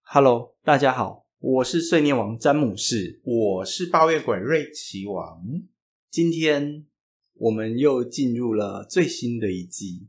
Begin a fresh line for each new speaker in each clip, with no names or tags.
Hello，大家好，我是碎念王詹姆士。
我是抱怨鬼瑞奇王，
今天我们又进入了最新的一季，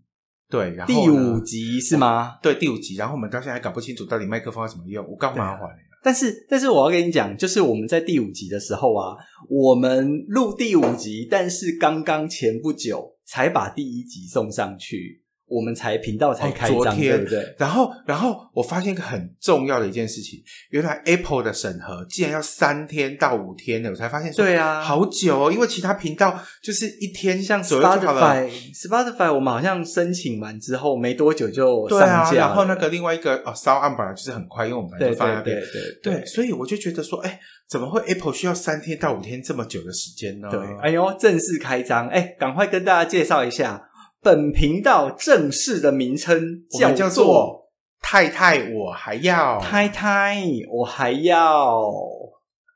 对，然
第
后呢
五，集是吗？
对第五集，然后我们到现在还搞不清楚到底麦克风有什么用，我干嘛还你？
但是，但是我要跟你讲，就是我们在第五集的时候啊，我们录第五集，但是刚刚前不久才把第一集送上去，我们才频道才
哦
开
昨
张，
天
对不对？
然后，然后我发现一个很重要的一件事情，原来 Apple 的审核竟然要三天到五天的，我才发现说
对啊
好久哦，因为其他频道就是一天
像
左右就好了。
Spotify，Spotify 我们好像申请完之后没多久就上
对啊，
架了，
然后那个另外一个哦，烧案本来就是很快，因为我们本来
对
就放在那
对
边
对，对
对，所以我就觉得说，哎，怎么会 Apple 需要三天到五天这么久的时间呢？
对，哎呦，正式开张，哎，赶快跟大家介绍一下，本频道正式的名称
我们叫
做
做太太，我还要
“太太”，我还要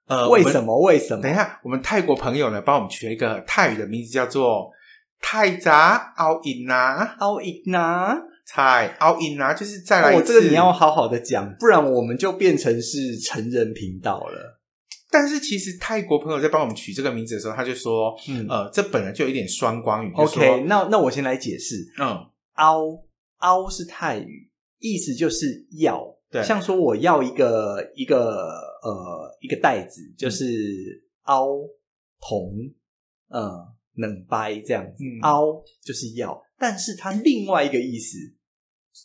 呃
为
我们
什么？为什么
等一下，我们泰国朋友呢，帮我们取了一个泰语的名字，叫做泰杂奥因拿
奥伊娜，
泰奥因拿，就是再来一
我
次。
哦这个你要好好的讲，不然我们就变成是成人频道了。
但是其实泰国朋友在帮我们取这个名字的时候，他就说，
嗯、
呃，这本来就有一点双关语。就说
OK，那那我先来解释，
嗯，
凹凹是泰语，意思就是要。
对
像说我要一个一个呃一个袋子，
嗯
就是凹铜呃冷掰这样子，
嗯
凹就是要，但是它另外一个意思，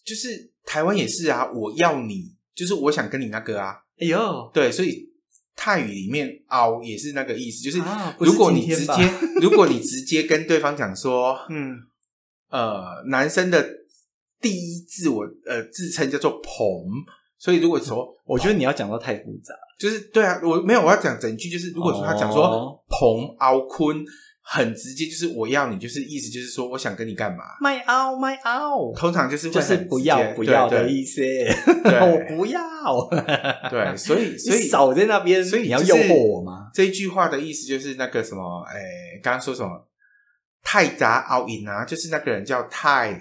就是台湾也是啊，我要你，就是我想跟你那个啊，
哎呦，
对，所以泰语里面凹也是那个意思，就是
啊不是
如果你
今天
直
吧
接，如果你直接跟对方讲说，
嗯，
呃，男生的第一自我呃自称叫做“鹏”，所以如果说
我觉得你要讲到太复杂，
就是对啊，我没有我要讲整句，就是如果说他讲
哦
说“鹏敖坤”，很直接，就是我要你，就是意思就是说我想跟你干嘛，
卖凹卖凹，
通常就是会
就是
很
不
直
要
接
不要
对
的
对
意思，
对
我不要，
对，所以所
你
以
少在那边，
所以
你要
就是
诱惑我 吗？
这一句话的意思就是那个什么，哎，刚刚说什么泰杂奥引啊，就是那个人叫泰，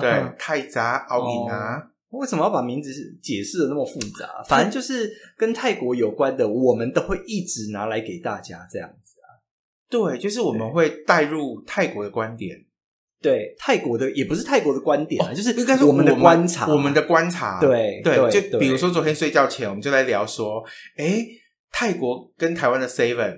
对，泰杂奥引啊。
为什么要把名字解释的那么复杂？反正就是跟泰国有关的，我们都会一直拿来给大家这样子。
对，就是我们
对
会带入泰国的观点，
对，泰国的也不是泰国的观点啊，就是
哦应该说
我们的观察，
我们的观察，
对对
对，就
对
比如说昨天睡觉前，我们就来聊说，哎，泰国跟台湾的 Seven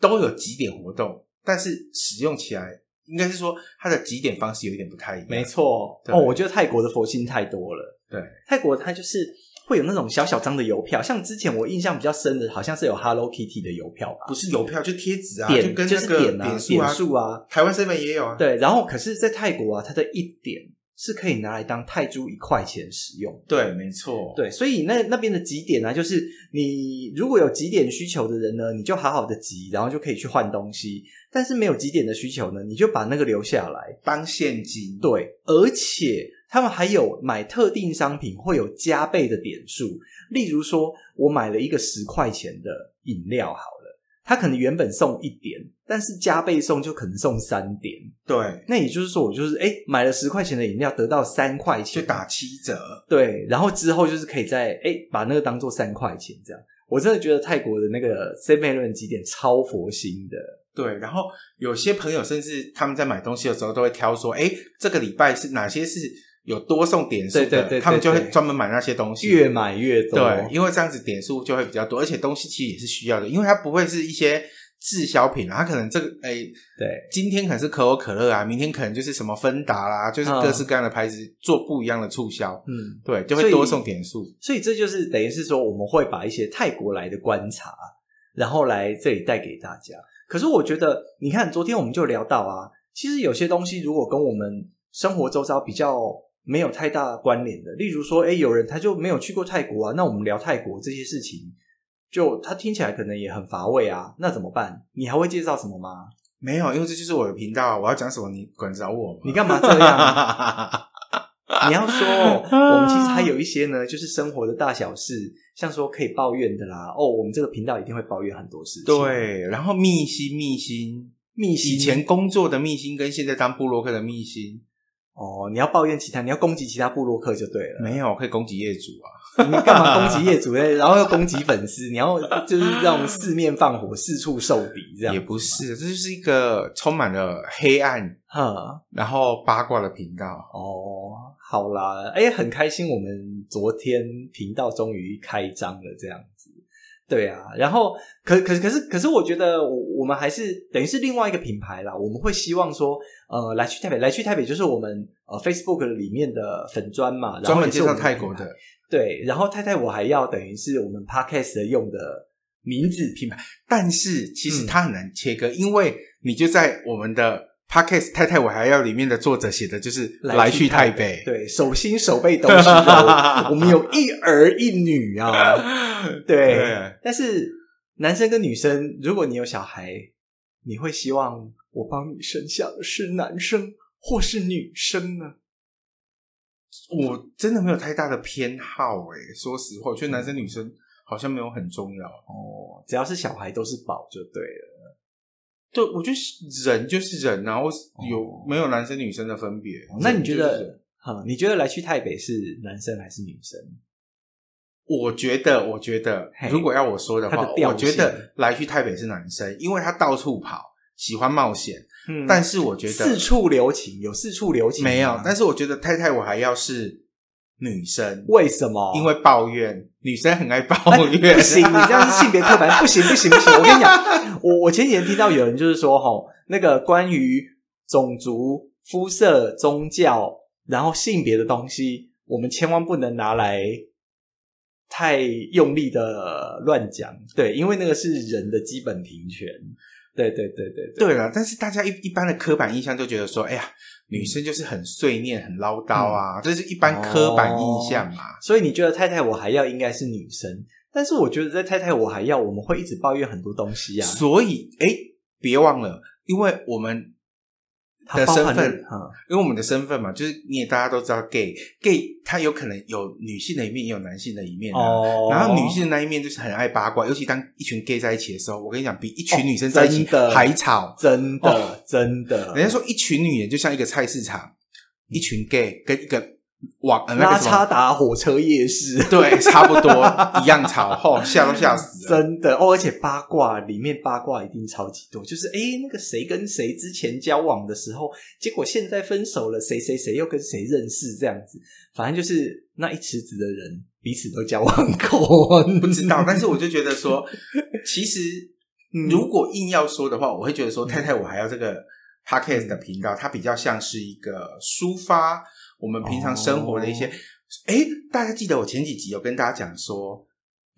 都有几点活动，但是使用起来应该是说它的几点方式有一点不太一样，
没，错。
对
哦，我觉得泰国的佛心太多了。
对，
泰国它就是会有那种小小张的邮票，像之前我印象比较深的，好像是有 Hello Kitty 的邮票吧
不，是邮票就贴纸啊，
点
就跟
就
那
是
个
点啊
数啊，
点数啊
台湾 Seven 也有啊，，
对。然后可是，在泰国啊，它的一点是可以拿来当泰铢一块钱使用的。
对，没错，，
对，所以那那边的集点呢、就是你如果有集点需求的人呢，你就好好的集，然后就可以去换东西；但是没有集点的需求呢，你就把那个留下来。
当现金，
对，而且他们还有买特定商品会有加倍的点数，例如说我买了一个十块钱的饮料，好了，它可能原本送一点，但是加倍送就可能送三点。
对，
那也就是说，我就是哎买了十块钱的饮料，得到三块
就
钱，
打七折，
对，然后之后就是可以在哎、诶把那个当做三块钱这样。我真的觉得泰国的那个 Seven Eleven 几点超佛心的，
对，然后有些朋友甚至他们在买东西的时候都会挑说，哎，这个礼拜是哪些是有多送点数的，
对对对对
他们就会
对
专门买那些东西，
越买越多。
对，因为这样子点数就会比较多，而且东西其实也是需要的，因为它不会是一些滞销品啊，它可能这个哎，
对
今天可能是可口可乐啊，明天可能就是什么芬达啦、就是各式各样的牌子做不一样的促销，
嗯，
对，就
所
会
以
多送点数，
所以这就是等于是说，我们会把一些泰国来的观察，然后来这里带给大家。可是我觉得，你看昨天我们就聊到啊，其实有些东西如果跟我们生活周遭比较没有太大关联的，例如说，哎，有人他就没有去过泰国啊，那我们聊泰国这些事情，就他听起来可能也很乏味啊，那怎么办？你还会介绍什么吗？
没有，因为这就是我的频道，我要讲什么你管得着我吗？
你干嘛这样？ 你要说哦，我们其实还有一些呢，就是生活的大小事，像说可以抱怨的啦。哦，我们这个频道一定会抱怨很多事情。，
对，然后密心密心，
密
以
信
前工作的密心跟现在当布洛克的密心，
哦，你要抱怨其他，你要攻击其他部落客就对了。
没有，可以攻击业主啊。
你干嘛攻击业主嘞？然后又攻击粉丝，你要就是让四面放火，四处受敌，这样
也不是，这就是一个充满了黑暗，
哈
然后八卦的频道。
哦。好啦，哎、很开心，我们昨天频道终于开张了，这样子。对啊，然后可可可是可是，我觉得我我们还是等于是另外一个品牌啦。我们会希望说，呃，来去台北，来去台北就是我们呃 Facebook 里面的粉砖嘛，然后
专门
也是
介绍
我们
泰国
品牌
的，
对，然后太太我还要等于是我们 podcast 用的名字品牌，
但是其实
嗯
它很难切割，因为你就在我们的 podcast《太太我还要》里面的作者写的就是来去
台
台北，
对，手心手背都是 肉，我们有一儿一女啊，对。
对
但是男生跟女生，如果你有小孩，你会希望我帮你生下的是男生或是女生呢？
我真的没有太大的偏好诶、说实话，我觉得男生女生好像没有很重要。
哦，只要是小孩都是宝就对了。
对，我觉得人就是人啊，我有
哦
没有男生女生的分别？
哦那你
人
觉
就是人
得，哈、你觉得来去台北是男生还是女生？
我觉得，我觉得
嘿，
如果要我说的
他
话，
的调
我觉
性
得来去台北是男生，因为他到处跑，喜欢冒险。
嗯
但是我觉得
四处留情，有四处留情吗
没有，但是我觉得太太我还要是女生，
为什么？
因为抱怨，女生很爱抱怨，
哎不行，你这样是性别刻 板，不行不行不行！我跟你讲，我我前几天听到有人就是说，吼，那个关于种族、肤色、宗教，然后性别的东西，我们千万不能拿来太用力的乱讲，对，因为那个是人的基本平权。对对对对对，
对了，但是大家一一般的刻板印象就觉得说，哎呀，女生就是很碎念、很唠叨
嗯
啊，这是一般刻板印象嘛。
所以你觉得太太我还要应该是女生，但是我觉得在太太我还要，我们会一直抱怨很多东西啊，
所以，哎，别忘了，因为我们
它
的
包
身
含了
份，
嗯
因为我们的身份嘛，就是你也大家都知道，gay，gay 他有可能有女性的一面，也有男性的一面、啊。
哦
然后女性的那一面就是很爱八卦，尤其当一群 gay 在一起的时候，我跟你讲，比一群女生在一
哦真
起
的嗯
还吵。
真的、
哦
真的，
人家说一群女人就像一个菜市场，一群 gay 跟一个网、呃、那
拉
个什么
差达火车夜市，
对， 差不多一样吵，吼、吓都吓死了。
真的哦，而且八卦里面八卦一定超级多，就是诶那个谁跟谁之前交往的时候，结果现在分手了，谁谁谁又跟谁认识这样子，反正就是那一池子的人彼此都交往过，
不知道，但是我就觉得说，其实
嗯
如果硬要说的话，我会觉得说，太太，我还要这个 podcast 的频道，它比较像是一个抒发我们平常生活的一些
哦。
诶，大家记得我前几集有跟大家讲说，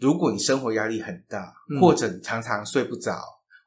如果你生活压力很大，
嗯啊
或者你常常睡不着，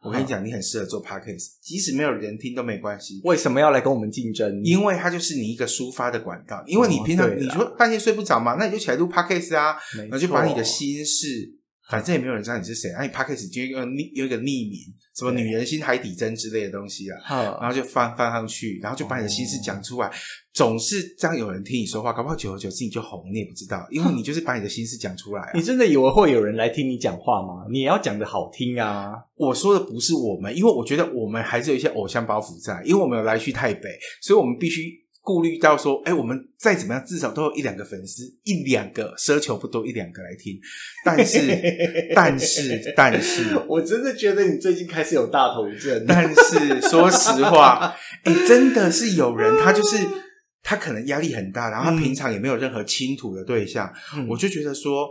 我跟你讲，你很适合做 podcast，即使没有人听都没关系。
为什么要来跟我们竞争？
因为它就是你一个抒发的管道，因为你
哦
平常、
对啦
你说半夜睡不着嘛，那你就起来录 podcast 啊，
没
然后就把你的
错嗯
心事，反正也没有人知道你是谁，那、你 podcast 就有匿有一个匿名，什么
对
女人心海底针之类的东西啊，然
哈
后就放放上去，然后就把你的心事讲出来，总是这样有人听你说话，搞不好久而久之你就红，你也不知道，因为你就是把你的心事讲出来、啊
你。真的以为会有人来听你讲话吗？你也要讲的好听啊！
我说的不是我们，因为我觉得我们还是有一些偶像包袱在，因为我们有来去台北，所以我们必须。顾虑到说，哎、我们再怎么样，至少都有一两个粉丝，一两个奢求不多，一两个来听。但是，但是，但是，
我真的觉得你最近开始有大头 症
但是说实 话，哎、真的是有
嗯
人，他就是他可能压力很大，然后他平常也没有任何倾吐的对象，我就觉得说，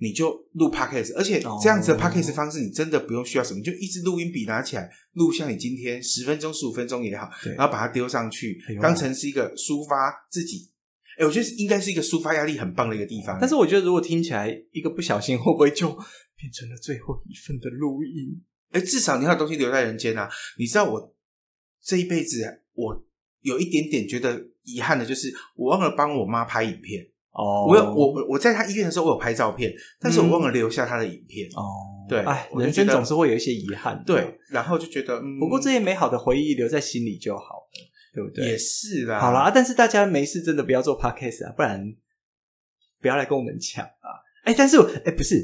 你就录 podcast，而且这样子的
嗯哦
podcast 方式，你真的不用需要什么，你就一支录音笔拿起来录像你今天十分钟、十五分钟也好，
对
然后把它丢上去
哎，呦
当成是一个抒发自己。哎、我觉得应该是一个抒发压力很棒的一个地方。
但是我觉得，如果听起来一个不小心，会不会就变成了最后一份的录音？
哎，至少你要有东西留在人间啊！你知道我这一辈子，我有一点点觉得遗憾的，就是我忘了帮我妈拍影片。
哦嗯
我有我我我在她医院的时候，我有拍照片，但是我忘了留下她的影片。
哦，
对
哎，
我就
人
觉
生
得
总是会有一些遗憾。
对，，然后就觉得，嗯，
不过这些美好的回忆留在心里就好了，对不
也
对？
是啊啦。
好啦，，啊但是大家没事真的不要做 podcast 啊，不然不要来跟我们抢啊！哎，但是哎，不是，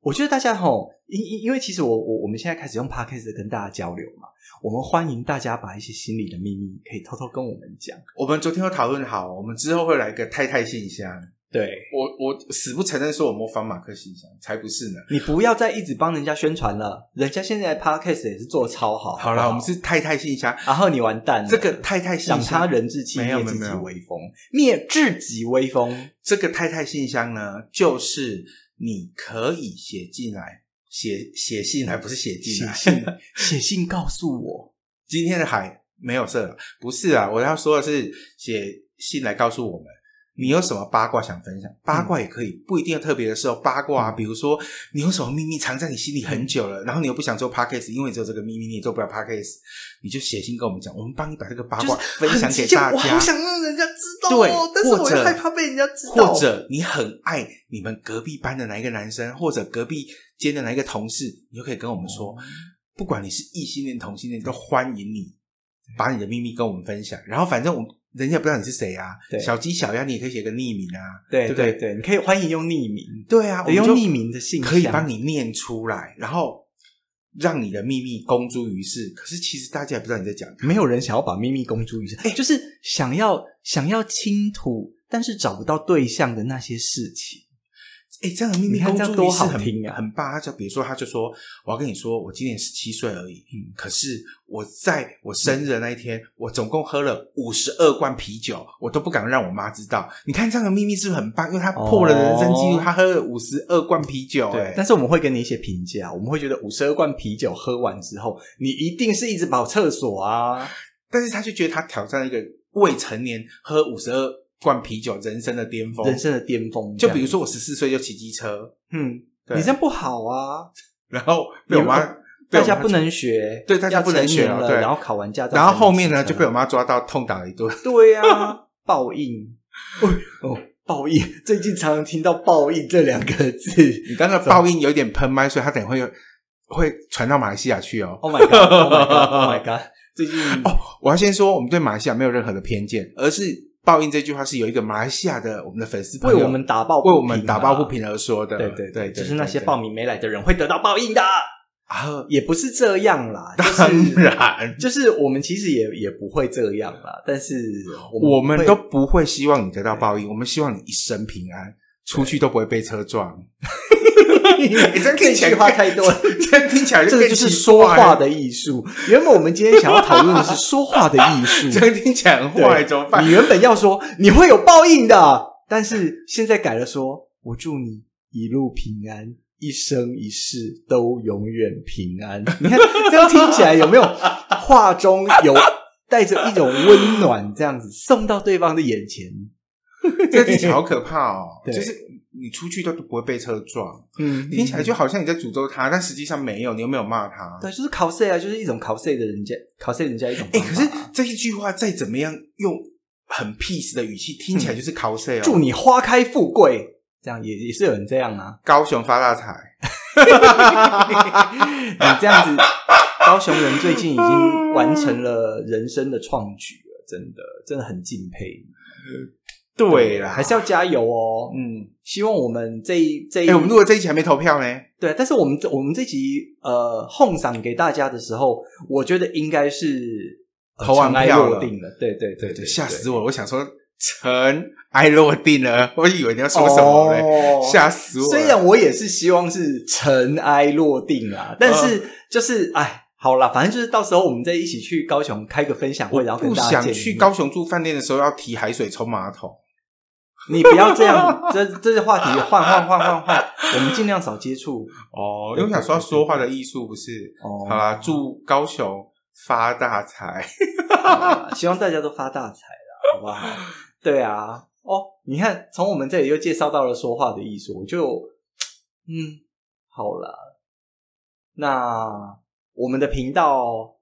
我觉得大家吼，因因因为其实我我我们现在开始用 podcast 跟大家交流嘛，我们欢迎大家把一些心里的秘密可以偷偷跟我们讲。
我们昨天有讨论好，我们之后会来个太太信箱。
对
我我死不承认说我模仿马克信箱，才不是呢。
你不要再一直帮人家宣传了，人家现在 podcast 也是做超好。
好
了，
啦，我们是太太信箱，
然后你完蛋了，
这个太太信
想
箱，
他人志气，
没有
灭
没有
自己
没有
威风，灭自己威风。
这个太太信箱呢，就是你可以写进来，写写信来，不是写进来。
写信告诉我，
今天的海没有色了，不是啊，我要说的是写信来告诉我们。你有什么八卦想分享？
嗯
八卦也可以，不一定要特别的时候八卦、啊。比如说，你有什么秘密藏在你心里很久了，然后你又不想做 podcast，因为只有这个秘密，你也做不了 podcast，你就写信跟我们讲，我们帮你把这个八卦分享给大
我好
家。
想让人家知道
对
哦，，但是我
或
又
者
害怕被人家知道。
或者你很爱你们隔壁班的哪一个男生，或者隔壁间的哪一个同事，你就可以跟我们
哦
说，不管你是异性恋、同性恋，都欢迎你把你的秘密跟我们分享。然后反正我们人家也不知道你是谁啊
对，
小鸡小鸭，你也可以写个匿名啊，
对
对不
对
对
对，你可以欢迎用匿名，
对啊，我
得
们
用
就
匿名的信箱
可以帮你念出来，然后让你的秘密公诸于世。可是其实大家也不知道你在讲什么。
没有人想要把秘密公诸于世，就是想要想要倾吐，但是找不到对象的那些事情。
哎，这样的秘
你
密
看
公
这样
诸
多
于世
好
很
听啊
很棒。他就比如说，他就说：“我要跟你说，我今年十七岁而已，
嗯
可是我在我生日的那一天，我总共喝了五十二罐啤酒，我都不敢让我妈知道。你看这样的秘密是不是很棒？因为他破了人生记录，
哦
他喝了五十二罐啤酒、
对
哎，
但是我们会给你一些评价，我们会觉得五十二罐啤酒喝完之后，你一定是一直跑厕所啊。
但是他就觉得他挑战一个未成年喝五十二罐啤酒人生的巅峰。
人生的巅峰这
哦就
样。
比如说我十四岁就骑机车，
嗯，
对
你这样不好啊，
然后被我妈
你大
被我妈
家不能学，
对大家
要
不能
成
学
年
了
了，
对
然后考完驾照才能骑车，
然后后面呢就被我妈抓到痛打了一 顿。
对 啊，报应，哦哦，报应，最近常常听到“报应”这两个字。
你刚刚的爆音有点喷麦，所以他等一会有会传到马来西亚去哦。
Oh my god！Oh my god！Oh my god！最近哦，
我要先说，我们对马来西亚没有任何的偏见，而是爆音这句话是有一个马来西亚的我们的粉丝朋
为
友
我们打抱不
为
平啊
我们打抱不。平而说的。
啊对对
对，
就是那些
爆
报名没来的人会得到报应的，
啊，
也不是这样 啦，
当
就是
然，
就是我们其实也也不会这样啦，但是
我
我
们
会
都不会希望你得到报应，我们希望你一生平安，出去都不会被车撞。 你这样听起
这
来
句话太多了
这样听起 来
这个
更
就是
奇
说
怪
话的艺术。原本我们今天想要讨论的是说话的艺 术，
这样听起来很坏，怎么办
你？原本要说你会有报应的，但是现在改了说，我祝你一路平安，一生一世都永远平安。你看这样听起来有没有话中有带着一种温暖，这样子送到对方的眼前？
这听起来好可怕哦！
对
就是你出去都不会被车撞，
嗯
听起来就好像你在诅咒他，但实际上没有，你又没有骂他。
对，就是 cos 啊，就是一种 cos 的人家 cos 人家一种
哎、
方法啊。
可是这一句话再怎么样用很 peace 的语气，听起来就是 cos 哦。
祝你花开富贵，这样也也是有人这样啊。
高雄发大财，
你这样子，高雄人最近已经完成了人生的创举了，真的，真的很敬佩。
对啦，
还是要加油哦。
嗯，
希望我们这一这
哎、
一、
我们录了这一期还没投票呢，
对，但是我们这我们这集呃哄赏给大家的时候，我觉得应该是、呃、
投完
尘埃
票
落
了
定了。对对对对，
吓死我了！我想说尘埃落定了，我以为你要说什么嘞，
哦
吓、死我了！
虽然我也是希望是尘埃落定
嗯
啦，但是就是哎、好啦，反正就是到时候我们再一起去高雄开个分享会，然后跟
不
大家
想
见
去
面
高雄住饭店的时候要提海水冲马桶。
你不要这 样，这这些话题换换换换换，我们尽量少接触
哦
对
因为我想说要
对对
说话的艺术不是？
哦。
好啦，祝高雄发大财！
啦，希望大家都发大财啦，好不好？对啊，哦，你看，从我们这里又介绍到了说话的艺术，我就嗯，好啦，那我们的频道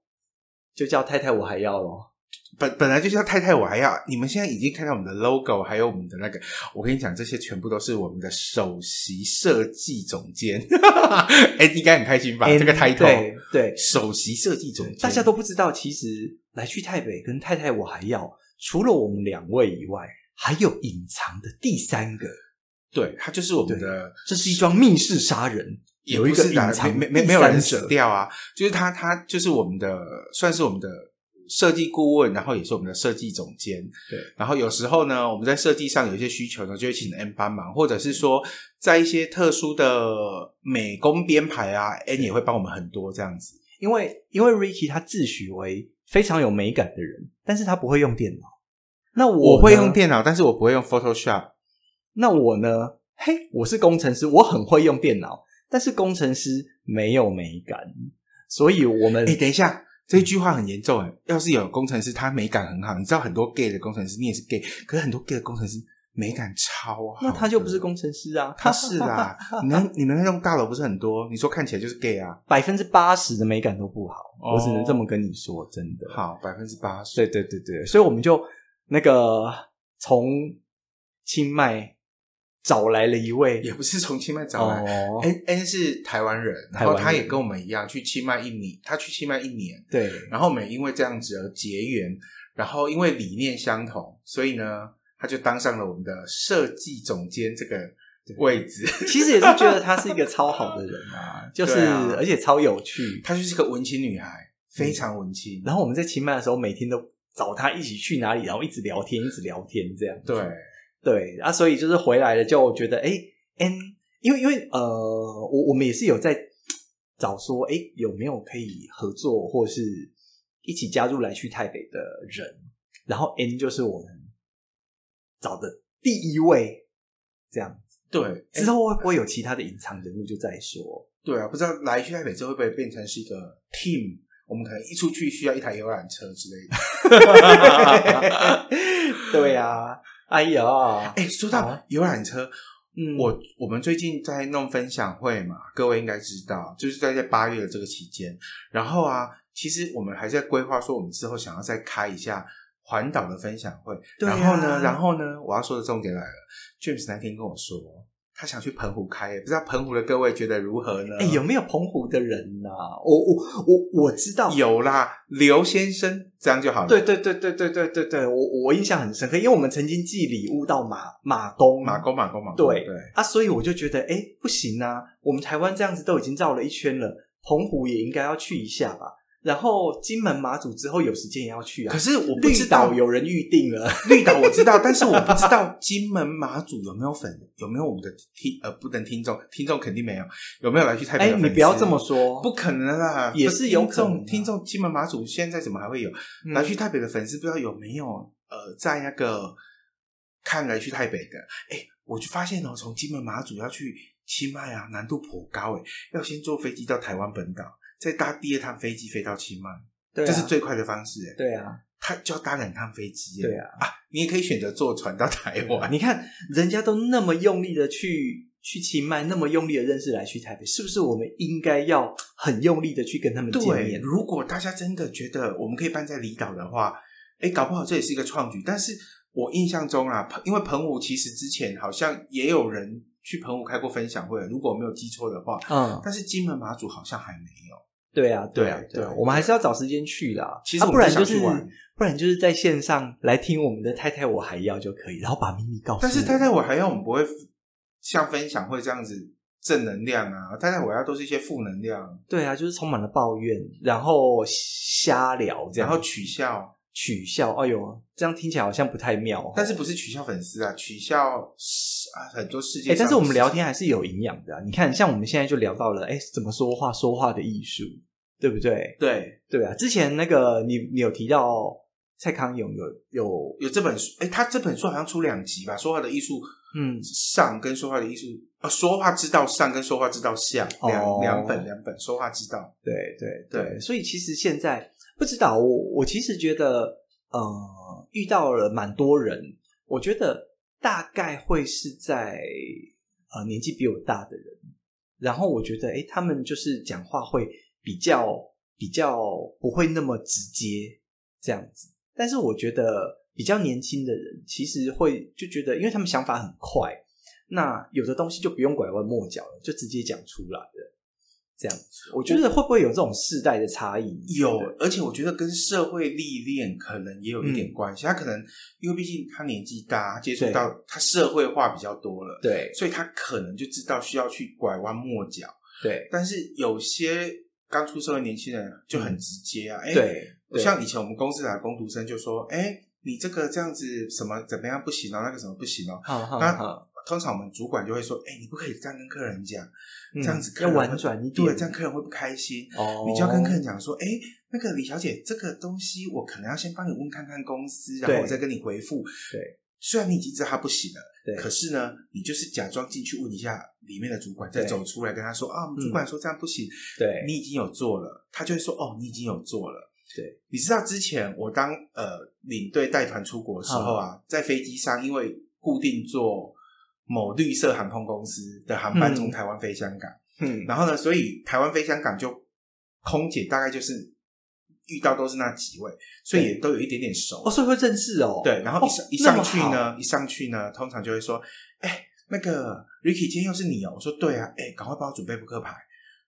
就叫太太我还要咯。
本本来就是要太太，我还要你们现在已经看到我们的 logo，还有我们的那个，我跟你讲，这些全部都是我们的首席设计总监， 哎、应该很开心吧？
诶
这个 title，
对对，
首席设计总监，
大家都不知道，其实来去台北跟太太我还要，除了我们两位以外，还有隐藏的第三个。
对，他就是我们的，
这是一桩密室杀人，
也
有
不
一个
是打
隐藏
没没没
第
没有人
三
死
者
掉啊，就是他他就是我们的算是我们的设计顾问，然后也是我们的设计总监。
对，
然后有时候呢，我们在设计上有一些需求呢，就会请 M 帮忙，或者是说在一些特殊的美工编排啊，N 也会帮我们很多这样子。
因为因为 Ricky 他自诩为非常有美感的人，但是他不会用电脑。那我
我会
呢嗯
用，电脑，但是我不会用 Photoshop。
那我呢？嘿，我是工程师，我很会用电脑，但是工程师没有美感，所以我们
哎、等一下，这句话很严重哎。要是有工程师他美感很好，你知道很多 gay 的工程师，你也是 gay，可是很多 gay 的工程师美感超好，
那他就不是工程师啊，
他是啦，你们你们那栋大楼不是很多？你说看起来就是 gay 啊？
百分之八十的美感都不好，
哦
我只能这么跟你说，真的。，
好，百分之八十。
对对对对，所以我们就那个从清迈找来了一位
也不是从清迈找来。哎
哦，
N N 是台湾人，然
台
后
湾人
他也跟我们一样去清迈一年，他去清迈一年，
对，
然后我们因为这样子而结缘，然后因为理念相同，所以呢，他就当上了我们的设计总监这个位置。
其实也是觉得她是一个超好的人啊，就是、
对啊
而且超有趣。
她就是个文青女孩，非常文青。
然后我们在清迈的时候，每天都找她一起去哪里，然后一直聊天，一直聊天这样子。
对，
对啊，所以就是回来了，就觉得哎嗯，因为因为呃，我我们也是有在找说，哎，有没有可以合作或是一起加入来去台北的人，然后 N 就是我们找的第一位，这样
对，
之后会不会有其他的隐藏人物就再说。
对啊，不知道来去台北之后会不会变成是一个 team？我们可能一出去需要一台游览车之类的。
对呀、哎呀，
哎、说
好
到
啊
游览车，
嗯
我我们最近在弄分享会嘛，各位应该知道，就是在在八月的这个期间。然后啊，其实我们还在规划说，我们之后想要再开一下环岛的分享会。
对啊
然后呢，然后呢，我要说的重点来了，James 那天跟我说，他想去澎湖开，不知道澎湖的各位觉得如何呢？
哎、有没有澎湖的人呐、我我我我知道
有啦，刘先生这样就好了。
对对对对对对对对，我我印象很深刻，因为我们曾经寄礼物到马马公
马公马公马公，
对
对
啊，所以我就觉得哎不行啊，我们台湾这样子都已经绕了一圈了，澎湖也应该要去一下吧。然后金门、马祖之后有时间也要去啊。
可是我不
绿
知道
岛有人预定了，
绿岛我知道，但是我不知道金门马祖有没有粉，有没有我们的听呃不能听众，听众肯定没有，有没有来去台北
哎，
的粉丝？
你不要这么说，
不可能啦，
也是有可能啊
听众听众金门马祖现在怎么还会有
嗯
来去台北的粉丝？不知道有没有呃在那个看来去台北的？哎，我就发现哦，从金门马祖要去清迈啊，难度颇高哎，要先坐飞机到台湾本岛，再搭第二趟飞机飞到清迈，
对啊
这是最快的方式哎。
对啊，
他就要搭两趟飞机耶。
对啊
啊，你也可以选择坐船到台湾。
你看人家都那么用力的去去清迈，那么用力的认识来去台北，是不是我们应该要很用力的去跟他们见
对，
面？
如果大家真的觉得我们可以办在离岛的话，哎，搞不好这也是一个创举。但是我印象中啊，澎因为澎湖其实之前好像也有人去澎湖开过分享会，如果我没有记错的话，
嗯，
但是金门马祖好像还没有。
对啊，
对
对啊
啊，
对
对
啊
啊，
我们还是要找时间去啦。
其实
啊
我
不
们
然
就
就
想
是
去玩
不然就是在线上来听我们的太太我还要就可以，然后把秘密告诉我。
但是太太我还要我们不会像分享会这样子正能量啊，太太我要都是一些负能量，
对啊，就是充满了抱怨，然后瞎聊这
然
样，
后取笑。
取笑。哎呦，这样听起来好像不太妙哦。
但是不是取笑粉丝啊，取笑世啊很多世界
哎、
上的事情、
但是我们聊天还是有营养的啊、你看，像我们现在就聊到了，哎、怎么说话，说话的艺术，对不对？
对
对啊，之前那个你你有提到蔡康永有有
有这本书，哎、他这本书好像出两集吧，《说话的艺术
嗯
上》跟《说话的艺术》啊，《说话之道上》跟《说话之道下》
哦
两两本两本《说话之道
对对
对
对，所以其实现在不知道我，我其实觉得，呃，遇到了蛮多人，我觉得大概会是在呃年纪比我大的人，然后我觉得，诶，他们就是讲话会比较比较不会那么直接这样子，但是我觉得比较年轻的人其实会就觉得，因为他们想法很快，那有的东西就不用拐弯抹角了，就直接讲出来了。这样子，我觉得会不会有这种世代的差异？》，
有，而且我觉得跟社会历练可能也有一点关系。他可能因为毕竟他年纪大，他接触
嗯对
到他社会化比较多了，
对
所以他可能就知道需要去拐弯抹角。
对
但是有些刚出社会年轻人就很直接啊，
嗯
哎、
对，对
像以前我们公司来的工读生就说，哎、你这个这样子什么怎么样不行哦，那个什么不行哦。
好好
那
好，
通常我们主管就会说，哎、你不可以这样跟客人讲，
嗯
这样子客
要
人会
婉转一点，
对，这样客人会不开心。
哦，
你就要跟客人讲说，哎、那个李小姐，这个东西我可能要先帮你问看看公司，然后我再跟你回复。
对，
虽然你已经知道他不行了，
对
可是呢，你就是假装进去问一下里面的主管，再
对嗯
走出来跟他说啊，我们主管说这样不行，
对
你已经有做了，他就会说哦，你已经有做了。
对，
你知道之前我当呃领队带团出国的时候
嗯
啊，在飞机上因为固定坐某绿色航空公司的航班
嗯
从台湾飞香港。
嗯，
然后呢，所以台湾飞香港就空姐大概就是遇到都是那几位，所以也都有一点点熟。
哦，所以会正式哦，
对，然后一上、
哦
一上去，
那么好
呢，一上去呢，通常就会说：“哎、那个 Ricky 今天又是你哦。”我说：“对啊，哎、赶快帮我准备扑克牌。”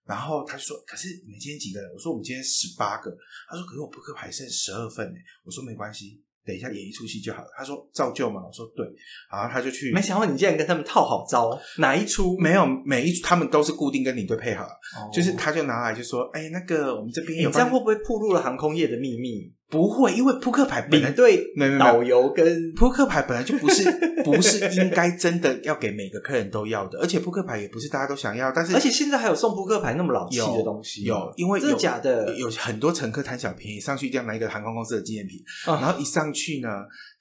然后他就说：“可是你们今天几个人？”我说：“我们今天十八个。”他说：“可是我扑克牌剩十二份呢。”我说：“没关系，等一下演一出戏就好了。”他说：“照旧嘛。”我说：“对。”然后他就去
没想到你竟然跟他们套好招，哪一出？
没有每一他们都是固定跟领队配好的。
哦
就是他就拿来就说：“哎、那个我们这边
你
有
这样
帮你
会不会暴露了航空业的秘密？
不会，因为扑克牌本来
领队
没有没有没有
导游跟
扑克牌本来就不是 不是应该真的要给每个客人都要的，而且扑克牌也不是大家都想要，但是
而且现在还有送扑克牌那么老气
有
的东西吗，
有因为
真的
有
假的？嗯
有很多乘客贪小便宜，上去一定要拿一个航空公司的纪念品，
啊
然后一上去呢，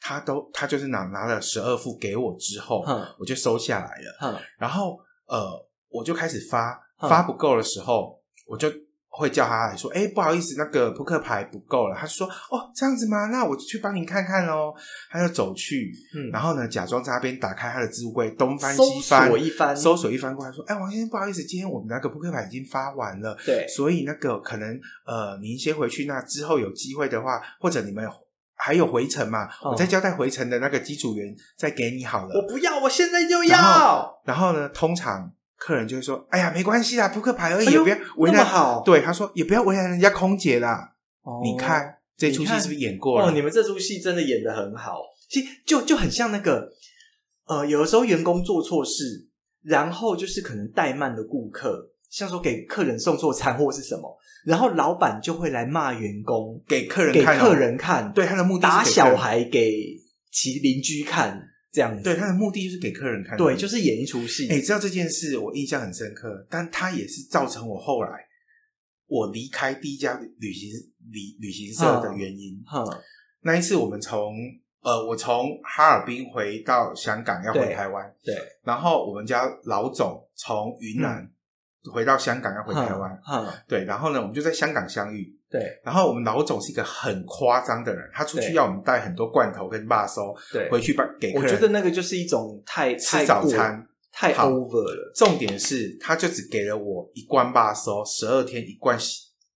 他都他就是拿拿了十二副给我之后，
哼
我就收下来了，
哼
然后呃我就开始发，
嗯
发不够的时候，我就会叫他来说：“哎、不好意思，那个扑克牌不够了。”他就说：“哦，这样子吗？那我去帮您看看喽。”他就走去，
嗯，
然后呢，假装在那边打开他的置物柜，东翻
搜
西翻
索，一番，
搜索一番过来说：“哎、王先生，不好意思，今天我们那个扑克牌已经发完了，
对
所以那个可能呃，您先回去，那之后有机会的话，或者你们还有回程嘛，
哦
我再交代回程的那个机组员再给你好了。”
我不要，我现在就
然
要
后，然后呢，通常客人就会说：“哎呀，没关系啦，扑克牌而已，
哎
也
呦
不要为
那么
难。
好，
对，他说也不要为难人家空姐啦。
哦
你看这出戏是不是演过了？
哦，你们这出戏真的演的很好，其实就就很像那个呃，有的时候员工做错事，然后就是可能怠慢了顾客，像说给客人送错餐或是什么，然后老板就会来骂员工，
给客人
给
看、哦
客，人看，
对，他的目的
打
是给客
小，
人
孩给其邻居看这样子，
对他的目的就是给客人看。
对，就是演一出戏，
哎、知道这件事我印象很深刻，但它也是造成我后来我离开第一家旅行旅旅行社的原因。
嗯哼，
那一次我们从呃，我从哈尔滨回到香港，要回
对
台湾。
对，
然后我们家老总从云南回到香港，要回台湾。
嗯哼，哼，
对，然后呢，我们就在香港相
嗯
遇。
对
然后我们老总是一个很夸张的人，他出去
对
要我们带很多罐头跟霸收
对，
回去把给客
我
人。
觉得那个就是一种太
吃
太
早
过
餐
太
好
over 了，
重点是，他就只给了我一罐霸收，十二天一罐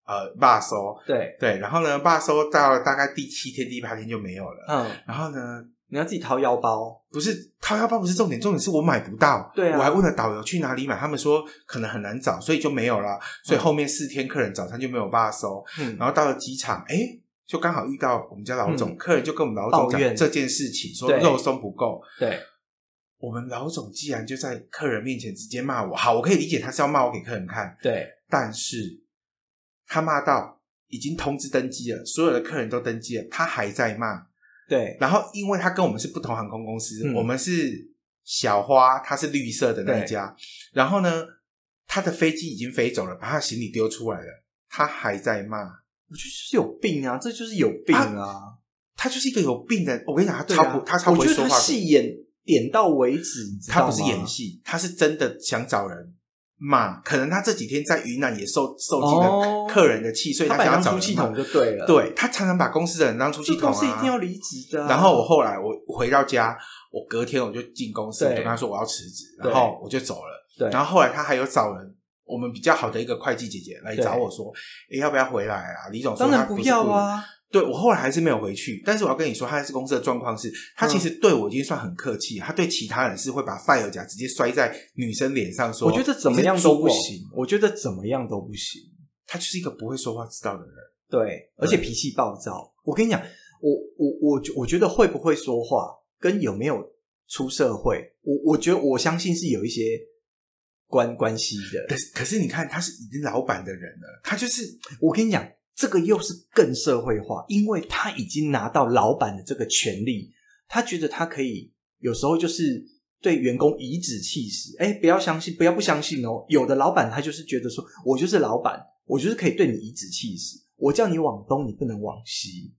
呃霸收。
对，
对，然后呢，霸收到大概第七天、第八天就没有了。
嗯。
然后呢，
你要自己掏腰包，
不是掏腰包不是重点，重点是我买不到。
对啊
我还问了导游去哪里买，他们说可能很难找，所以就没有了。所以
嗯
后面四天客人早餐就没有办法收。
嗯
然后到了机场，哎、就刚好遇到我们家老总，
嗯
客人就跟我们老总
抱怨
讲这件事情，说
对
肉松不够。
对，
我们老总既然就在客人面前直接骂我，好，我可以理解他是要骂我给客人看，
对，
但是他骂到已经通知登机了，所有的客人都登机了，他还在骂。
对，
然后因为他跟我们是不同航空公司，
嗯
我们是小花，他是绿色的那一家。然后呢，他的飞机已经飞走了，把他的行李丢出来了，他还在骂，
我觉得就是有病啊，这就是有病啊！
他就是一个有病的人。我跟你讲，他
对
超
啊
不，他超不
我
会
觉得
说
他
话。
戏演点到为止，你知道
他
吗
不是演，戏，他是真的想找人骂。可能他这几天在云南也受受尽
哦
了客人的气，所以
他把
想
他当
要找
出
人
气
骂
筒就对了。，
对他常常把公司的人当出
这
气筒
公
啊，
司一定要离职的啊。
然后我后来我回到家，我隔天我就进公司，我
对
就跟他说我要辞职，
对
然后我就走了。
对
然后后来他还有找人，我们比较好的一个会计姐姐来
对
找我说，诶要不要回来啊？李总说
当
他
然
不
不
是
要
故意。
啊，
对我后来还是没有回去，但是我要跟你说，他是公司的状况是，他其实
嗯
对我已经算很客气，他对其他人是会把 fire 夹直接摔在女生脸上说，
我觉得怎么样都不
你是猪哦。
行，我觉得怎么样都不行。
他就是一个不会说话知道的人，
对，而且脾气暴躁。我跟你讲，我我我我觉得会不会说话跟有没有出社会，我我觉得我相信是有一些关关系的。
可是可是你看，他是已经老板的人了，他就是
我跟你讲，这个又是更社会化，因为他已经拿到老板的这个权利，他觉得他可以有时候就是对员工颐指气使。哎，不要相信，不要不相信哦。有的老板他就是觉得说，我就是老板，我就是可以对你颐指气使，我叫你往东，你不能往西。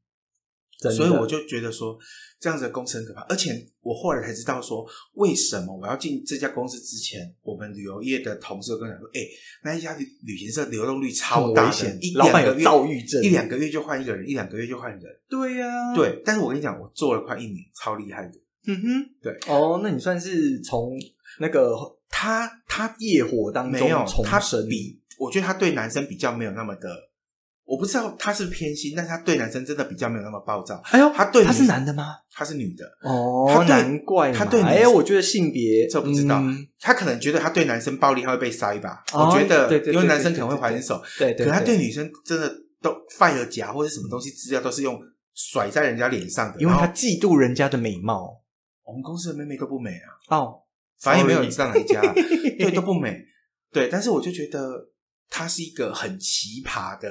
真的
所以我就觉得说，这样子的公司很可怕。而且我后来才知道说，为什么我要进这家公司之前，我们旅游业的同事跟我讲说，哎、那一家旅旅行社流动率超大
很危险，
的一
老板
两个
有
月
躁郁症
一两个月就换一个人，一两个月就换人。
对呀、，
对，但是我跟你讲，我做了快一年，超厉害的。
嗯哼，
对。
哦，那你算是从那个
他他
业火当中
没有
重
他
生，
比，我觉得他对男生比较没有那么的，我不知道他是不是偏心，但是他对男生真的比较没有那么暴躁。
哎呦，
他对
他
女
是男的吗？
他是女的，
哦
他，对
难怪嘛
他对女
哎，
生
我觉得性别
这我不知道
嗯
他可能觉得他对男生暴力，他会被塞吧？
哦
我觉得，
对对对
因为男生可能会还手，
对对，
可他对女生真的都 fire 夹或者什么东西资料都是用甩在人家脸上的，
因为他
然后
嫉妒人家的美貌
我们公司的妹妹都不美啊，
哦，
反正也没有
Sorry
人知道哪一家、啊，对都不 美，对，但是我就觉得他是一个很奇葩的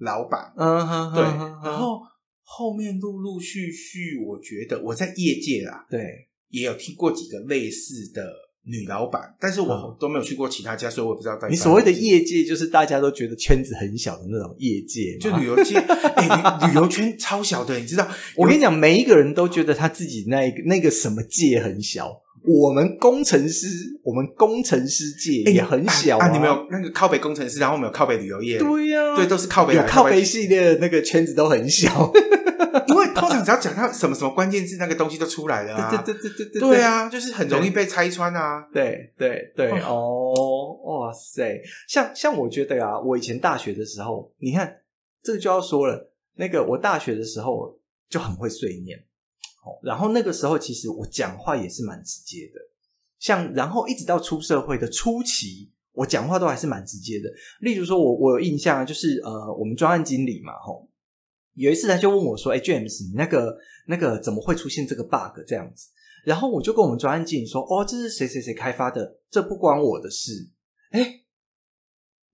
老板，
嗯哼，
对，
哼哼哼
然后后面陆陆续续，我觉得我在业界啦，
对，
也有听过几个类似的女老板，但是我
嗯
都没有去过其他家，所以我也不知道到底
你所谓的
发生什么事
业界就是大家都觉得圈子很小的那种业界嘛，
就旅游界，哎、旅旅游圈超小的，你知道？
我跟你讲，每一个人都觉得他自己那一个那个什么界很小。我们工程师，我们工程师界
哎
也很小
啊你们有那个靠北工程师，然后我们有靠北旅游业，
对呀、
对，都是靠北
有
来
靠背，系列的那个圈子都很小。
因为通常只要讲到什么什么关键字，那个东西就出来了啊。
对对对对对
对啊，就是很容易被拆穿啊。
对对对，
哇
哦，哇塞！像像我觉得啊，我以前大学的时候，你看这个就要说了，那个我大学的时候就很会碎念，哦，然后那个时候其实我讲话也是蛮直接的，像然后一直到出社会的初期，我讲话都还是蛮直接的。例如说我我有印象啊，就是呃，我们专案经理嘛，吼。有一次他就问我说：“哎、j a m e s 你那个那个怎么会出现这个 bug 这样子？”然后我就跟我们专案经理说：“哦，这是谁谁谁开发的，这不关我的事。”哎，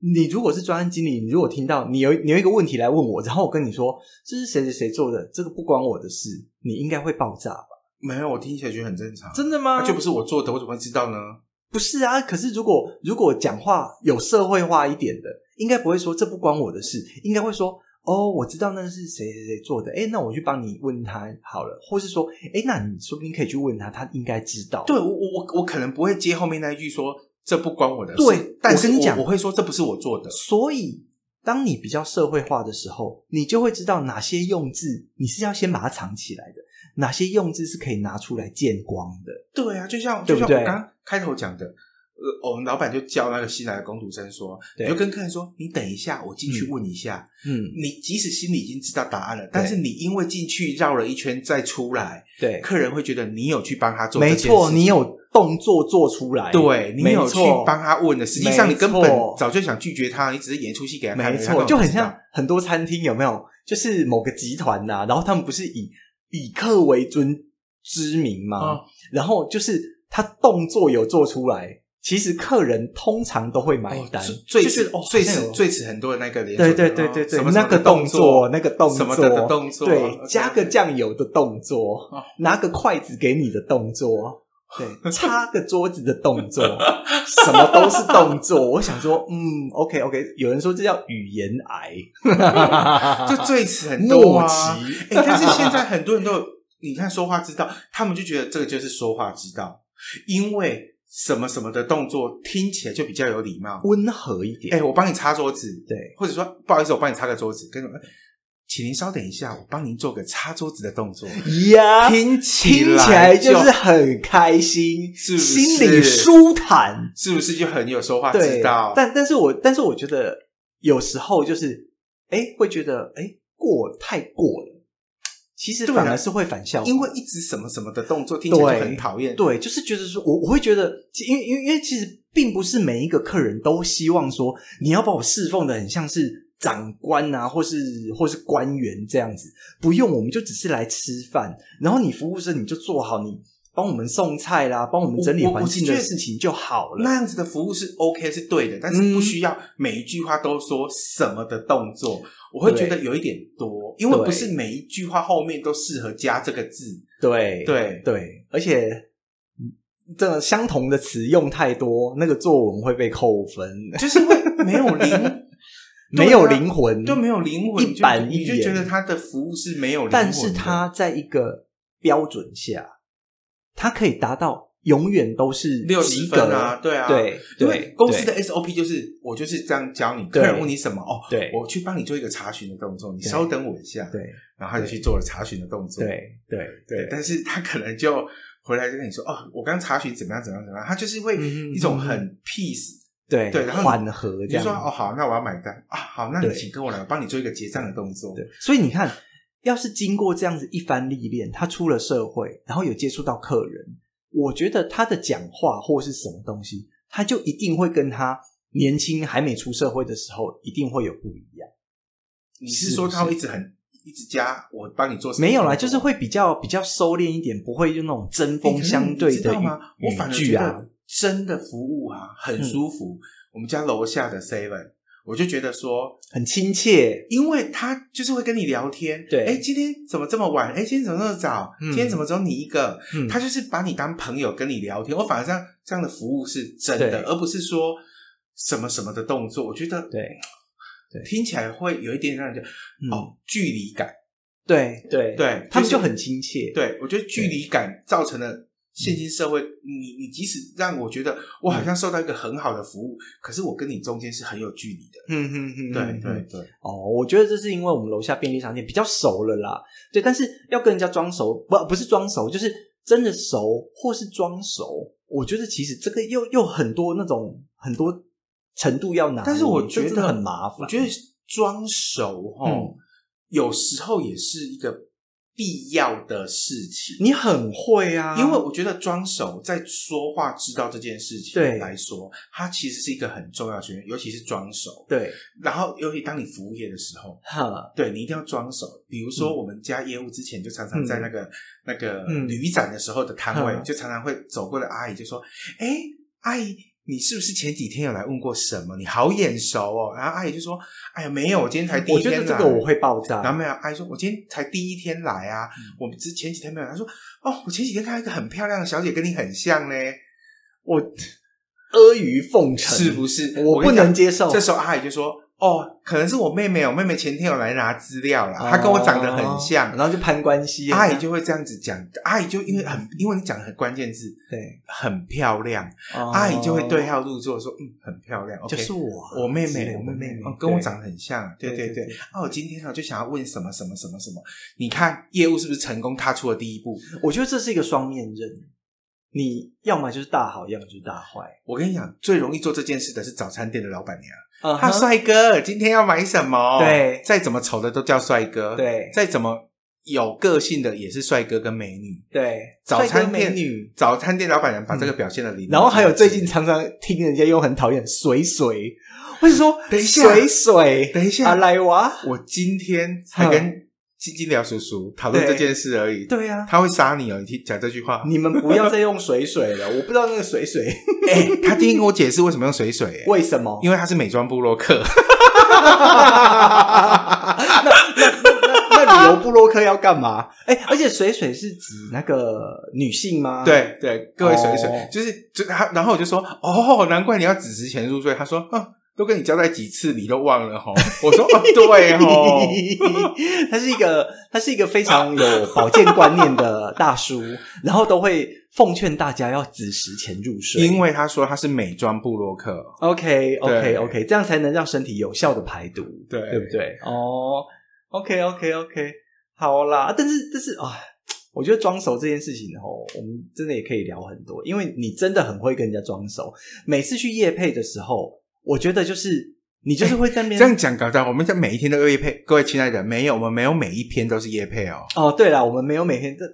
你如果是专案经理，你如果听到你有你有一个问题来问我，然后我跟你说这是谁谁谁做的，这个不关我的事，你应该会爆炸吧？
没有，我听起来觉得很正常。
真的吗
啊就不是我做的，我怎么会知道呢？
不是啊。可是如果如果讲话有社会化一点的，应该不会说这不关我的事，应该会说。哦，我知道那是谁谁谁做的，哎，那我去帮你问他好了，或是说，哎，那你说不定可以去问他，他应该知道。
对我，我我我可能不会接后面那一句说这不关我的事。
对
但
我
是
跟你讲
我会说这不是我做的。
所以，当你比较社会化的时候，你就会知道哪些用字你是要先把它藏起来的，哪些用字是可以拿出来见光的。
对啊，就像
对
就
不
像
对
我刚开头讲的，呃，我们老板就教那个新来的工读生说，
对
你就跟客人说，你等一下，我进去问一下。
嗯，
你即使心里已经知道答案了，但是你因为进去绕了一圈再出来，
对，
客人会觉得你有去帮他做这
没
件事情，
错，你有动作做出来，
对你有
哎没
去
错
帮他问的，实际上你根本
没错
早就想拒绝他，你只是演出戏给他看而
没
已，
错，
他根本不
就很
知道啊
像很多餐厅有没有？就是某个集团呐、然后他们不是以以客为尊之名吗？
嗯
然后就是他动作有做出来，其实客人通常都会买单。
哦最最
就是
迟
哦
最
好像
迟
有
最迟很多的那个连锁
对
的，
对对对对，
什么
那个动
作，
那个动作，
什么的动作，
对，
OK，
加个酱油的动作，
哦
拿个筷子给你的动作， 对，擦个桌子的动作，什么都是动作。我想说，嗯，OK OK，有人说这叫语言癌，
就最迟很多
默
啊。
契，
哎、但是现在很多人都有，你看说话之道，他们就觉得这个就是说话之道，因为什么什么的动作听起来就比较有礼貌。
温和一
哎、
点，
我帮你擦桌子，
对，
或者说不好意思，我帮你擦个桌子，跟什么？请您稍等一下，我帮您做个擦桌子的动作，
呀，
听起
听起来就是很开心，
是不是
心里舒坦。
是不是就很有说话
对，
之道？
但但是我但是我觉得有时候就是，哎，会觉得哎过太过了，其实
对啊
反而是会反效果，
因为一直什么什么的动作听起来就很讨厌。
对，就是觉得说我我会觉得，其因为因为因为其实并不是每一个客人都希望说你要把我侍奉的很像是。长官啊，或是或是官员这样子，不用，我们就只是来吃饭。然后你服务生你就做好你帮我们送菜啦，帮我们整理
我我
环境的
我是觉得
事情就好了。
那样子的服务是 OK 是对的，但是
嗯
不需要每一句话都说什么的动作，我会觉得有一点多，因为
对
不是每一句话后面都适合加这个字。
对
对，
对，而且嗯这种相同的词用太多，那个作文会被扣分，
就是会 没有灵，
没有灵魂。
就没有灵魂，
一板
你就
一眼
你就觉得他的服务是没有灵魂的，
但是它在一个标准下，它可以达到永远都是
六
及
十
格
分啊，，对啊，
对
因
对
为，公司的 SOP 就是我就是这样教你，客
对
人问你什么哦，
对
我去帮你做一个查询的动作，你
对
稍等我一下，
对
然后他就去做了查询的动作，
对对
对，
对
但是他可能就回来就跟你说哦，我刚查询怎么样怎么样怎么样，他就是会
嗯
一种很 peace，
对
对然后
缓和
你
这
就
样啊
说哦好，那我要买单啊，好，那你
对
请跟我来，我帮你做一个结账的动作，
对，所以你看，要是经过这样子一番历练，他出了社会，然后有接触到客人，我觉得他的讲话或是什么东西，他就一定会跟他年轻还没出社会的时候一定会有不一样。
你
是
是说
不是
他会一直很一直加我帮你做什么
没有啦，
动
就
作
是会比较比较收敛一点，不会就那种针
欸可
锋
是
相
你
对
知
的
道
语
吗？我反
语
而
句
觉
啊嗯
得。真的服务啊，很舒服。我们家楼下的 Seven，我就觉得说，
很亲切，
因为他就是会跟你聊天，
对
哎，今天怎么这么晚？哎，今天怎么那么早？
嗯
今天怎么只有你一个？
嗯
他就是把你当朋友跟你聊天。我反而这样这样的服务是真
对
的，而不是说什么什么的动作。我觉得
对对
听起来会有一点让人觉得、
嗯
哦距离感。
对对，
对，
他们
是
就很亲切，
对，我觉得距离感造成了现今社会，你你即使让我觉得我
嗯
好像受到一个很好的服务，可是我跟你中间是很有距离的。
嗯哼哼，
对
哼
对对，
哦，我觉得这是因为我们楼下便利商店比较熟了啦，对，但是要跟人家装熟，不不是装熟，就是真的熟或是装熟，我觉得其实这个又又很多那种很多程度要拿捏，
但是我觉
这真
得
的很麻烦
我，觉得装熟哈，
嗯
有时候也是一个必要的事情。
你很会啊，
因为我觉得装熟在说话知道这件事情
对
来说，它其实是一个很重要的学问，尤其是装熟。
对，
然后，尤其当你服务业的时候，
哈，
对你一定要装熟。比如说，我们家业务之前就常常在那个、那个
嗯
旅展的时候的摊位，
嗯
就常常会走过的阿姨就说：“哎、阿姨，你是不是前几天有来问过什么？你好眼熟哦。”然后阿姨就说：“哎呀，没有，我今天才第
我
一
觉
天来。啊
得这个我会爆炸，
然后没有，阿姨说：“我今天才第一天来啊，
嗯
我们之前几天没有。”她说：“哦，我前几天看到一个很漂亮的小姐，跟你很像呢，
我阿谀奉承，
是不是？”
我不
跟你讲
能接受，
这时候阿姨就说：“哦，可能是我妹妹，我妹妹前天有来拿资料啦，她跟我长得很像
哦。然后就攀关系啊，
阿姨就会这样子讲，阿姨就因为很，
嗯
因为你讲的很关键字，
对，
很漂亮，
哦
阿姨就会对号入座说，嗯，很漂亮，OK，
就是我啊
我妹
之类
妹，
的
我妹妹，哦
对
跟我长得很像啊，对
对
对
对
对。啊，我今天呢就想要问什么什么什么什么，你看业务是不是成功踏出了第一步？
我觉得这是一个双面刃，你要么就是大好，要么就是大坏。
我跟你讲，最容易做这件事的是早餐店的老板娘，
啊
啊，帅哥，今天要买什么？
对
再怎么丑的都叫帅哥，
对
再怎么有个性的也是帅哥跟美女。
对，
早
帅
餐
哥美
店
女，
早餐店老板娘把这个表现的淋漓、
然后还有最近，常常听人家又很讨厌水水，或者说
等一下
水水
等一下，嗯
阿莱娃，
啊我今天才跟金金聊叔叔讨论
对
这件事而已，
对啊，
他会杀你哦！你听讲这句话，
你们不要再用水水了，我不知道那个水水
哎、他今天跟我解释为什么用水水、哎
为什么。
因为他是美妆部落客，
那旅游布洛克要干嘛？哎、而且水水是指那个女性吗？，
对对，各位水水、
哦
就是就他，然后我就说哦，难怪你要子时前入睡，他说啊。都跟你交代几次，你都忘了 吼。我说哦，对吼，
他是一个他是一个非常有保健观念的大叔，然后都会奉劝大家要子时前入睡，
因为他说他是美妆部落客，
OK OK
对
OK，这样才能让身体有效的排毒，
对
对不对？哦，OK OK OK，好啦，但是但是啊，我觉得装熟这件事情哦，我们真的也可以聊很多，因为你真的很会跟人家装熟。每次去夜配的时候，我觉得就是你就是会在那边、
这样讲搞到我们在每一天都有叶配，各位亲爱的，没有，我们没有每一篇都是叶配哦。
哦，对了，我们没有每天这。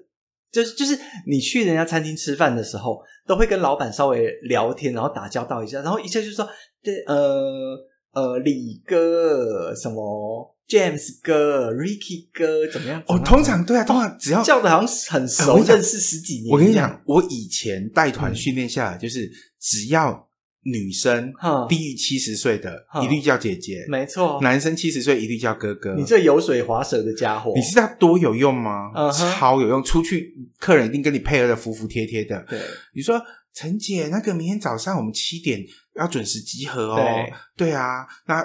就是就是你去人家餐厅吃饭的时候，都会跟老板稍微聊天，然后打交道一下，然后一下就说对呃呃李哥什么 James 哥、Ricky 哥怎么样？
哦，
怎么样
通常对啊，通常只要
叫的好像很
哎
熟
我跟，你讲
认识十几年。嗯
我跟你，讲，我以前带团训练下来，就是只要女生
哈
低于七十岁的，
哈
一律叫姐姐；
没错，
男生七十岁一律叫哥哥。
你这油水滑舌的家伙，
你知道多有用吗？
嗯哼
超有用！出去客人一定跟你配合的服服帖帖的。
对
你说陈姐，那个明天早上我们七点要准时集合哦。
对
对啊，那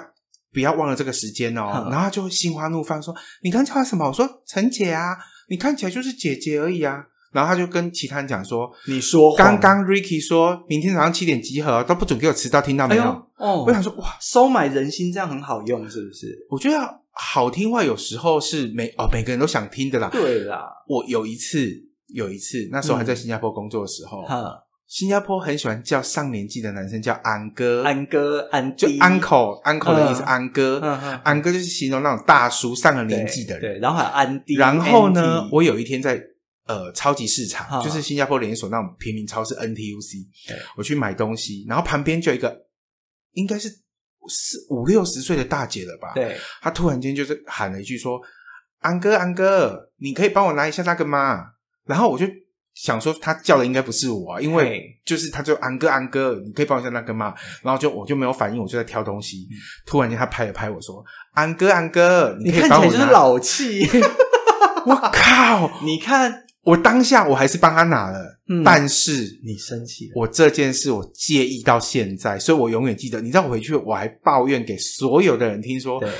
不要忘了这个时间哦。
嗯
然后他就会心花怒放说：“你刚叫她什么？”我说：“陈姐啊，你看起来就是姐姐而已啊。”然后他就跟其他人讲说：“
你说谎
刚刚 Ricky 说明天早上七点集合，哦都不准给我迟到，听到
哎
没有？
呦哦
我，想说，哇，
收买人心这样很好用，是不是？
我觉得好听话有时候是每哦每个人都想听的啦。
对啦，
我有一次，有一次那时候还在新加坡工作的时候，
哈，
新加坡很喜欢叫上年纪的男生叫安哥，
安哥、安
就
弟
uncle uncle 的意思，
嗯
安哥，
嗯嗯
安哥就是形容那种大叔上了
对
年纪的人。
对，然后还有安迪。
然后呢
Andy，
我有一天在呃超级市场，
哈
就是新加坡连锁那种平民超市 NTUC，
对
我去买东西，然后旁边就有一个应该是四五六十岁的大姐了吧，，
对
她突然间就是喊了一句说：“安哥，安哥，你可以帮我拿一下那个吗？”然后我就想说，她叫的应该不是我、啊，因为
嘿
就是她就安哥，安哥，你可以帮我一下那个吗？然后就我就没有反应，我就在挑东西。突然间，她拍了拍我说：“安哥，安哥，
嗯你
可以
看起
帮我
来就是
拿
老 气。
我靠！
你看，
我当下我还是帮他拿了，
嗯
但是
你生气了，
我这件事我介意到现在，所以我永远记得。你知道我回去我还抱怨给所有的人听说
对，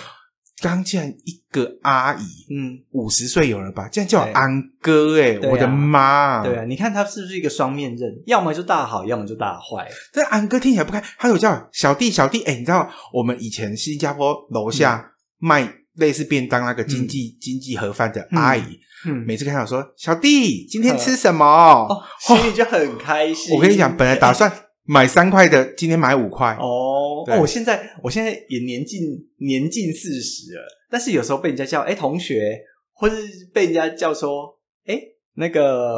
刚竟然一个阿姨
嗯，
五十岁有了吧，竟然叫我
对
安哥哎、
对啊
我的妈！
对啊，你看他是不是一个双面刃？要么就大好，要么就大坏。
但安哥听起来不开，他有叫小弟小弟哎、你知道我们以前新加坡楼
嗯
下卖类似便当那个经济、经济盒饭的阿姨，
嗯
每次看到说小弟今天吃什么？
哦，心里就很开心。
我跟你讲，本来打算买三块的，今天买五块。
哦，
对
哦，我现在我现在也年近年近四十了，但是有时候被人家叫哎同学，或是被人家叫说哎那个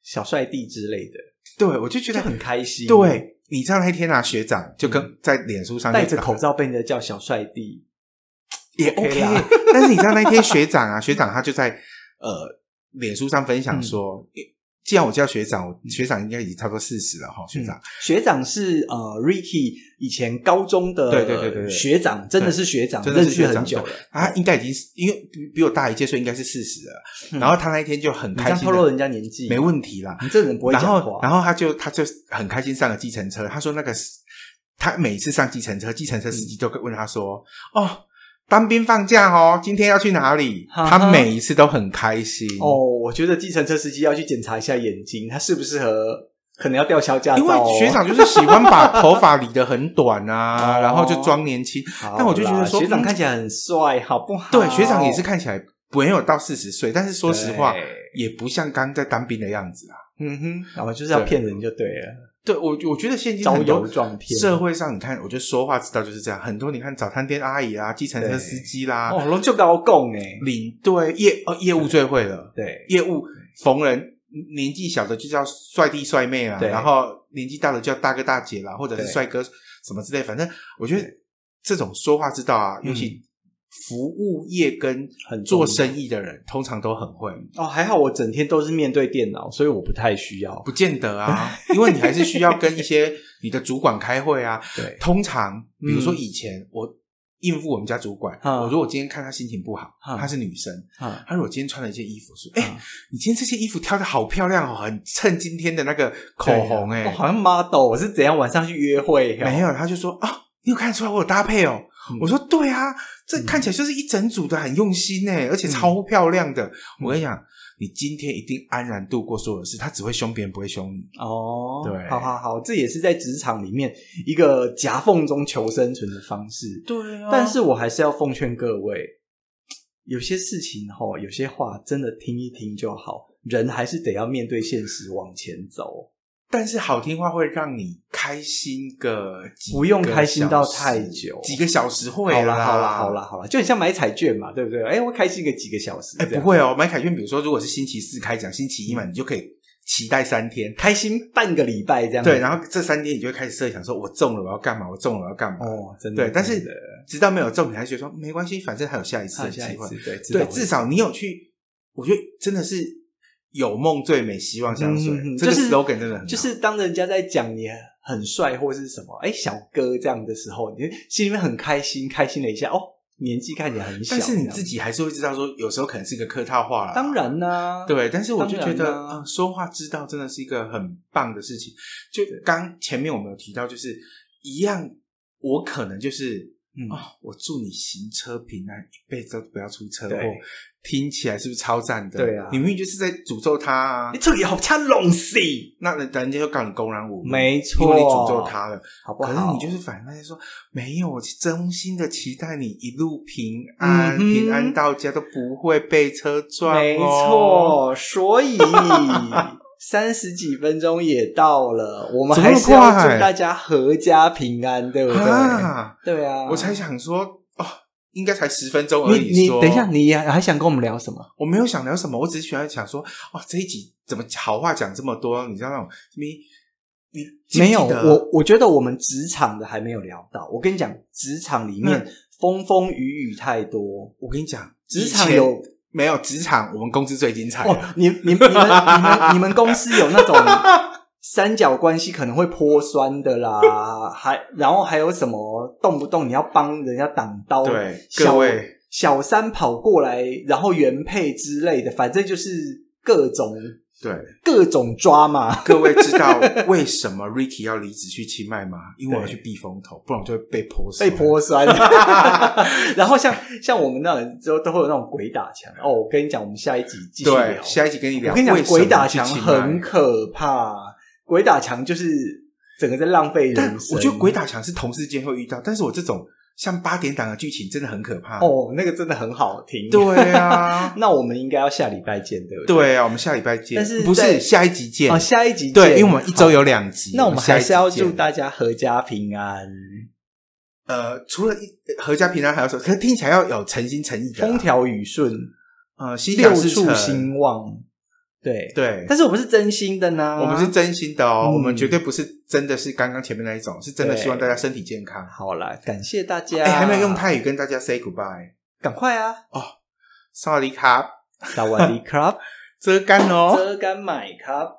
小帅弟之类的，
对，我就
就
觉得
很开心。，
对。你知道那天啊，学长就跟在脸书上就
戴着
打
口罩被人家叫小帅弟，
也
OK
OK，
啦
但是你知道那天学长啊，学 长他就在呃脸书上分享说，
嗯
诶既然我叫学长，我学长应该已经差不多四十了哈，学长
嗯。学长是呃 Ricky 以前高中的
对对对对对
学长，真的是学长，
真的
认
是学
识
长
很久了。啊
他啊应该已经是因为比比我大一届，所以应该是四十了。
嗯
然后他那一天就很
你
开
这样
心，
透露人家年纪，
没问题啦。
你这人不会
然
讲啊话。
后，然后他就他就很开心上了计程车。他说那个司他每次上计程车，计程车司机都问他说：“哦，当兵放假哦，今天要去哪里？”
嗯哈哈
他每一次都很开心
哦，，我觉得计程车司机要去检查一下眼睛，他适不适合，可能要吊销驾照、
因
哦。
为学长就是喜欢 把头发理得很短啊，
哦
然后就装年轻。
好啦，
但我就觉得说
学长
嗯
看起来很帅，好不好？
对，学长也是看起来没有到四十岁，但是说实话
对，
也不像刚在当兵的样子啊。
嗯哼，然后就是要骗人就对了，
对啊我，我觉得现今
招
很多
摇撞骗。
社会上，你看，我觉得说话之道就是这样。很多你看早餐店阿姨啊，计程车
对
司机啦，
哦，龙就高供哎，
领队业呃业务最会了，
对，
业务逢人年纪小的就叫帅弟帅妹啦，
对
然后年纪大的叫大哥大姐啦，或者是
对
帅哥什么之类，反正我觉得这种说话之道啊，
嗯
尤其服务业跟
很重
做
要
生意的人，通常都很会，
哦，还好我整天都是面对电脑，所以我不太需要。
不见得 啊，因为你还是需要跟一些你的主管开会 啊，
对，
通常，比如说
嗯
以前我应付我们家主管，
嗯
我如果今天看她心情不好，
嗯
她是女生，
啊，
她如果今天穿了一件衣服，说：“哎、
嗯
你今天这件衣服挑的好漂亮哦，很衬今天的那个口红。
对啊
哎
我、好像 model，我是怎样晚上去约会？
没，有，她就说：“啊，你有看得出来我有搭配哦。
嗯
我说：“对啊，这看起来就是一整组的，很用心哎、
嗯
而且超漂亮的。我跟你讲，你今天一定安然度过所有的事，她只会凶别人，不会凶你。
哦，
对
好好好，这也是在职场里面一个夹缝中求生存的方式。
对啊
但是我还是要奉劝各位，有些事情吼，有些话真的听一听就好，人还是得要面对现实往前走，
但是好听话会让你开心个几个
不用开心到太
小时
久
几个小时会
好
啦，
啦，好啦，好啦，好啦，就很像买彩券嘛，对不对？哎，我开心个几个小时，
哎、
这
不
样
会哦，买凯券，比如说如果是星期四开奖，星期一嘛，你就可以期待三天，
开心半个礼拜这样子。
对，然后这三天你就会开始设想说，我中了我要干嘛？我中了我要干嘛？
哦，真的，
对，但是
真的
直到没有中，你还是觉得说没关系，反正还有下一次
还
的
有
机
下一
会
次。，对，
对，
至
至少你有去，我觉得真的是有梦最美，希望相随。
嗯嗯嗯
这个
就是
slogan 真的很好
就是当人家在讲你很帅或是什么，哎、小哥这样的时候，你心里面很开心，开心了一下，哦，年纪看起来很小，
但是你
这
自
样
己还是会知道说，有时候可能是一个客套话啦。
当然啦、
对，啊但是我就觉
当
得、
然啦
呃说话之道真的是一个很棒的事情。就刚前面我们有提到，就是一样，我可能就是
嗯
啊、我祝你行车平安，一辈子都不要出车祸
对。
听起来是不是超赞的？
对啊
你明明就是在诅咒他啊
你！这里好掐拢戏，
那人人家就告你公然侮辱，
没错
因为你诅咒他了。
好不
可
好？
是你就是反过来说，没有，我真心的期待你一路平安，
嗯哼
平安到家都不会被车撞、哦。
没，错，所 以三十几分钟也到了，我们
怎么
还
那么
是要
快
祝大家阖家平安，对不对？
啊，
对啊，
我才想说，哦，应该才十分钟而
你
已。
你
说
等一下，，你还想跟我们聊什么？
我没有想聊什么，我只是喜欢想说，哦，这一集怎么好话讲这么多？你知道那种你你记不
没有，
记得
我我觉得我们职场的还没有聊到。我跟你讲，职场里面
嗯
风风雨雨太多，
我跟你讲，
职场
以前
有
没有职场？我们公司最精彩
哦
了。，
你你你们你们你们公司有 那种三角关系可能会泼酸的啦，还然后还有什么动不动你要帮人家挡刀，
对
小
各位
小三跑过来，然后原配之类的，反正就是各种
对，
各种抓嘛。
各位 知道为什么 Ricky 要离职去清迈吗？因为我要去避风头，不然我就会被泼水。
被泼酸， 然后像像我们那种都都会有那种鬼打墙哦。我跟你讲，我们下一集继续
对
聊，。
下一集跟你聊。
我跟你讲，
为什么
鬼打
去
墙
清迈
很可怕，鬼打墙就是整个在浪费
但
人生。
我觉得鬼打墙是同事间会遇到，但是我这种像八点档的剧情真的很可怕。，
哦，那个真的很好听。，，
对啊
那我们应该要下礼拜见，对不对？
对啊，我们下礼拜见。
但是
不
在
是下一集见
哦，？下一集见
对，因为我们一周
好
有两集，
那我们还是要
下一集
祝
见
大家阖家平安，
呃，除了一合家平安还有什么？可是听起来要有诚心诚意的啦。啊
风调雨顺，
呃，心想
六
事
畜
成。
兴旺。对，
对，
但是我们是真心的呢，
我们是真心的哦，
嗯
我们绝对不是真的是刚刚前面那一种，是真的希望大家身体健康。
好啦，感谢大家。
哎、还没有用，泰语跟大家 say goodbye，
赶快啊！
萨瓦迪卡，
萨瓦迪卡，
遮干哦。
遮干买卡。